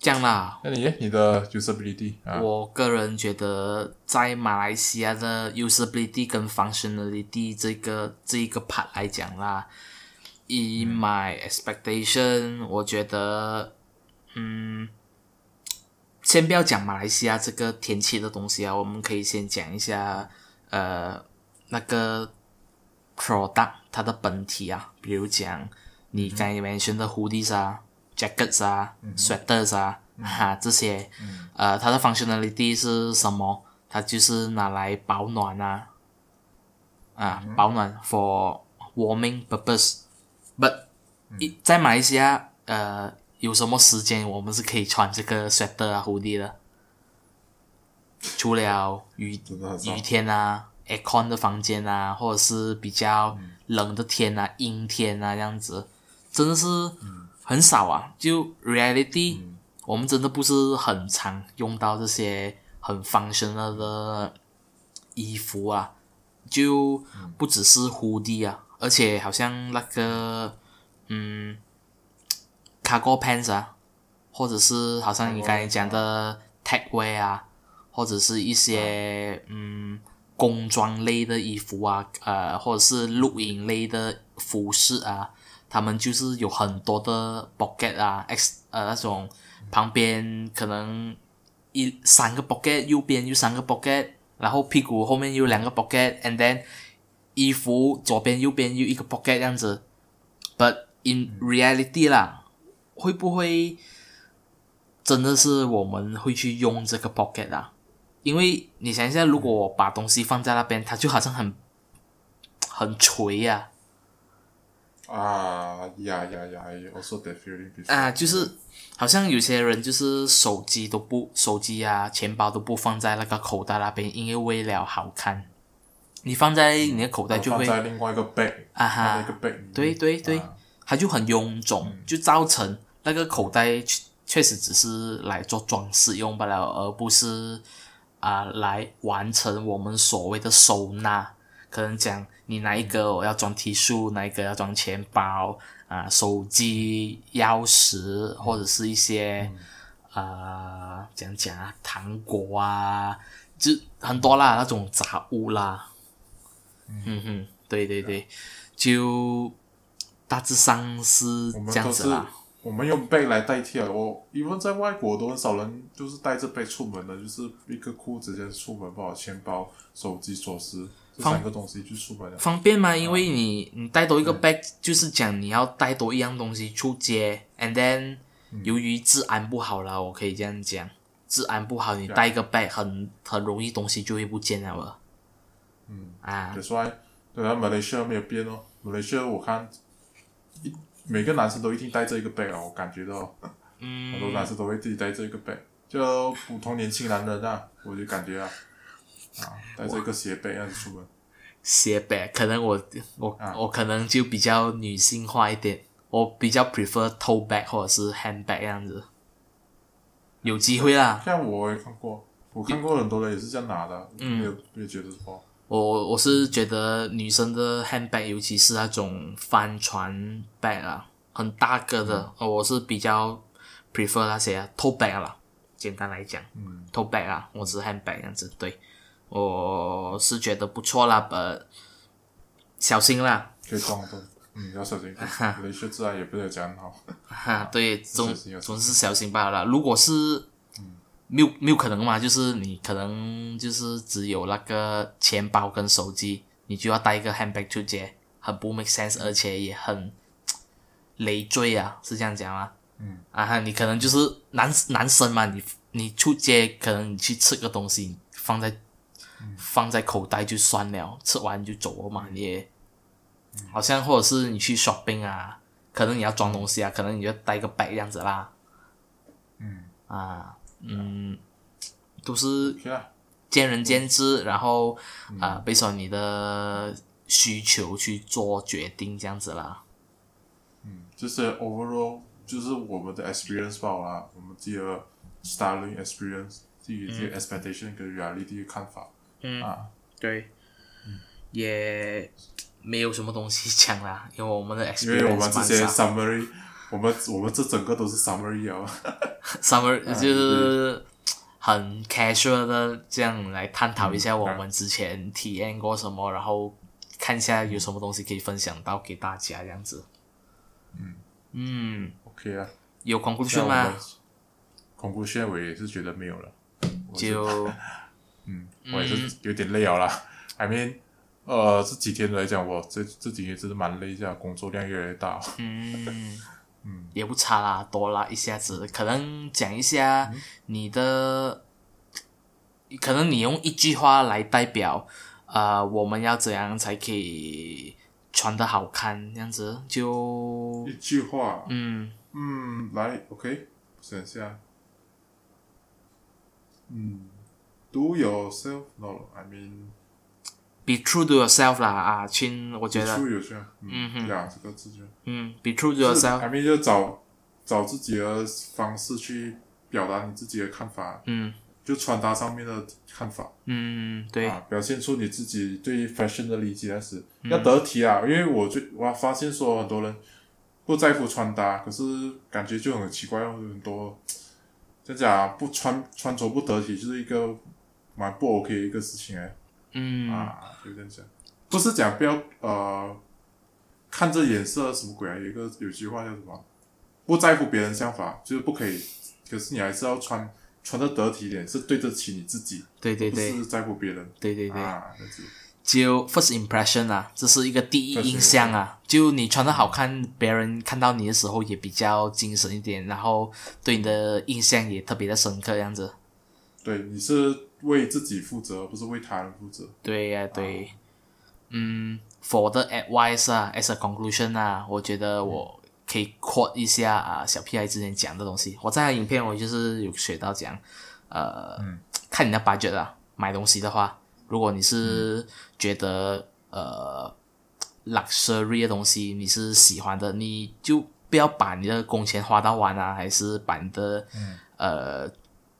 S1: 这样啦，
S2: 那你你的 usability 啊，
S1: 我个人觉得在马来西亚的 usability 跟 functionality 这个这一个 part 来讲啦，in my expectation，我觉得，嗯，先不要讲马来西亚这个天气的东西啊，我们可以先讲一下，呃，那个 product 它的本体啊，比如讲你刚才 mention 的 hoodies 啊、jackets 啊、sweaters 啊，哈、这些，呃，它的 functionality 是什么？它就是拿来保暖啊，啊，
S2: 嗯
S1: 保暖 for warming purpose。But
S2: 嗯
S1: 一在马来西亚，呃，有什么时间我们是可以穿这个 sweater 啊、hoodie 的？除了雨
S2: 真的很少
S1: 雨天啊，aircon 的房间啊，或者是比较
S2: 嗯
S1: 冷的天啊、阴天啊这样子，真的是
S2: 嗯
S1: 很少啊。就 reality，、我们真的不是很常用到这些很 functional 的衣服啊，就不只是 hoodie 啊，而且好像那个嗯 cargo pants 啊，或者是好像你
S2: Cargo
S1: 刚才讲的 tech wear 啊，或者是一些嗯工装类的衣服啊，呃，或者是露营类的服饰啊，他们就是有很多的 pocket 啊，x 呃那种旁边可能一三个 pocket，右边有三个 pocket，然后屁股后面有两个 pocket，and then 衣服左边右边又一个 pocket 这样子。But in reality 啦，会不会真的是我们会去用这个 pocket 啊？因为你想一下，如果我把东西放在那边，它就好像很很垂呀、啊。
S2: 啊呀呀呀！I also that feeling before
S1: 啊，就是好像有些人就是手机都不手机啊，钱包都不放在那个口袋那边，因为为了好看，你放在你的口袋就
S2: 放
S1: 会
S2: 在另外一个 bag
S1: 啊
S2: 放在
S1: 哈
S2: 一个，bag 里面
S1: 对对对，
S2: 啊
S1: 它就很臃肿，就造成那个口袋确确实只是来做装饰用罢了，而不是啊、来完成我们所谓的收纳。可能讲你哪一个我要装 T 恤，哪一个要装钱包啊、手机、钥匙或者是一
S2: 嗯
S1: 些啊、讲讲啊糖果啊，就很多啦那种杂物啦。嗯哼，对对对，就大致上是
S2: 我们
S1: 这样
S2: 都
S1: 子
S2: 是
S1: 啦。
S2: 我们用背来代替了。我因为在外国都很少人就是带着背出门的，就是一个裤子直接出门，包括钱包、手机、锁匙这
S1: 方
S2: 三个东西就出门了。
S1: 方便吗？因为你你带多一个 bag，就是讲你要带多一样东西出街，and then
S2: 嗯
S1: 由于治安不好啦，我可以这样讲，治安不好，你带一个 bag 很很容易东西就会不见了了。嗯啊，
S2: That's why，对啊，马来西亚没有变哦。马来西亚我看一每个男生都一定带这一个背啊，我感觉到
S1: 嗯
S2: 很多男生都会自己带这一个背，就普通年轻男人啊，我就感觉啊。啊，带这个斜背这样子出门，
S1: 斜背，可能我我、
S2: 啊
S1: 我可能就比较女性化一点，我比较 prefer tote bag 或者是 handbag 这样子。有机会啦，
S2: 像我也看过，我看过很多人也是这样拿的，啊没有没有觉得什么。
S1: 我我是觉得女生的 handbag，尤其是那种帆船 bag 啊，很大个的，呃我是比较 prefer 那些啊 tote bag 啦。简单来讲，
S2: 嗯
S1: ，tote bag 啊，我只是 handbag 这样子。对，我是觉得不错啦，呃，小心啦，
S2: 可以撞动，嗯，要小心。你的血质啊也不是讲好，
S1: 哈，对，总
S2: 小心要小心
S1: 总啊是小心罢了啦。如果是没有没有可能嘛，就是你可能就是只有那个钱包跟手机，你就要带一个 handbag 出街，很不 make sense，而且也很累赘啊，是这样讲吗？
S2: 嗯，
S1: 啊哈，你可能就是男男生嘛，你你出街可能你去吃个东西，放在、放在口袋就算了，吃完就走了嘛，你也好像或者是你去 shopping 啊，可能你要装东西啊，可能你就带一个 bag 这样子啦。
S2: 嗯，
S1: 啊，嗯，都是
S2: 可以啦，
S1: 见仁见智，然后啊，based on 你的需求去做决定这样子啦。
S2: 嗯，就是 overall 就是我们的 experience 吧啦，我们自己的 styling experience，自己自己的 expectation 跟 reality 的看法，
S1: 嗯
S2: 啊，
S1: 对，嗯也没有什么东西讲啦，因为我们的
S2: 因为我
S1: 嗯
S2: 们
S1: experience
S2: 这
S1: 蛮
S2: 些
S1: 少
S2: summary，我们我们这整个都是 summary 啊，
S1: ，summer 就是很 casual 的这样来探讨一下我们之前体验过什么，然后看一下有什么东西可以分享到给大家这样子。嗯
S2: OK 啊，
S1: 有 conclusion
S2: 像我
S1: 吗
S2: 们？恐怖线我也是觉得没有了。
S1: 就
S2: 嗯，我也是有点累了啦。I mean，呃，这几天来讲，我这这几天真的蛮累一下，工作量越来越大。
S1: 嗯， 也不差啦，多啦一下子，可能讲一下
S2: 嗯
S1: 你的，可能你用一句话来代表，呃，我们要怎样才可以穿得好看，这样子就
S2: 一句话，
S1: 嗯，
S2: 嗯，来，OK，想一下，嗯，Do yourself no，I mean，
S1: be true to yourself 啦啊，亲，我觉得，
S2: 出有圈，
S1: 嗯哼
S2: 嗯，呀，这个字就
S1: 嗯，be true to
S2: 就是
S1: yourself，
S2: I mean 就找找自己的方式去表达你自己的看法，
S1: 嗯
S2: 就穿搭上面的看法。
S1: 嗯，对，嗯
S2: 啊，表现出你自己对于 fashion 的理解，但是要得体啊。因为我最我发现说很多人不在乎穿搭，可是感觉就很奇怪，有很多这讲啊不穿穿着不得体，就是一个蛮不 OK 的一个事情哎、
S1: 嗯
S2: 啊，就这样讲，不是讲不要呃看这颜色什么鬼啊，有一个有句话叫什么，不在乎别人想法，就是不可以，可是你还是要穿穿的得体一点，是对得起你自己，
S1: 对对
S2: 不
S1: 对
S2: 是在乎别人。
S1: 对对对。
S2: 啊，这样子
S1: 就 first impression 啊，这是一个第一
S2: First
S1: 印象啊。就你穿的好看，别人看到你的时候也比较精神一点，然后对你的印象也特别的深刻，这样子。
S2: 对，你是为自己负责，不是为他人负责。
S1: 对呀、对。嗯，for the advice 啊，as a conclusion 啊，我觉得我可以 quote 一下啊，小屁孩之前讲的东西。我在他影片我就是有学到讲，呃，看你的 budget 啊，买东西的话，如果你是觉得、呃 luxury 的东西你是喜欢的，你就不要把你的工钱花到完啊，还是把你的、呃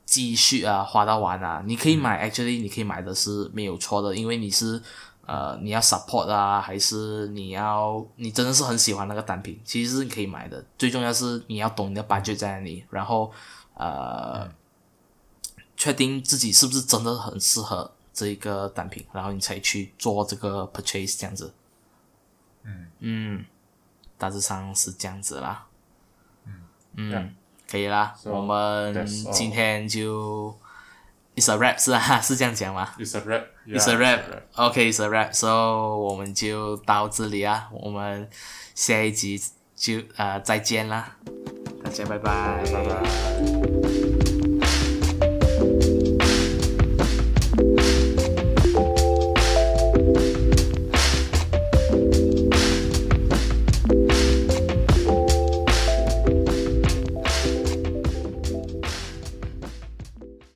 S1: 积蓄啊花到完啊。你可以买、a c t u a l l y 你可以买的是没有错的，因为你是呃你要 support 啊，还是你要你真的是很喜欢那个单品，其实是可以买的。最重要是你要懂你的 budget 在哪里，然后呃。确定自己是不是真的很适合这一个单品，然后你才去做这个 purchase 这样子。
S2: 嗯
S1: 嗯，大致上是这样子啦。嗯
S2: Yeah.
S1: 可以啦。
S2: So,
S1: 我们
S2: that's all.
S1: 今天就 it's a wrap 是啊， 是这样讲吗
S2: It's a wrap. Yeah,
S1: ？It's a wrap。OK, it's a wrap. So 我们就到这里啊，我们下一集就呃再见啦，大家拜拜
S2: 拜拜。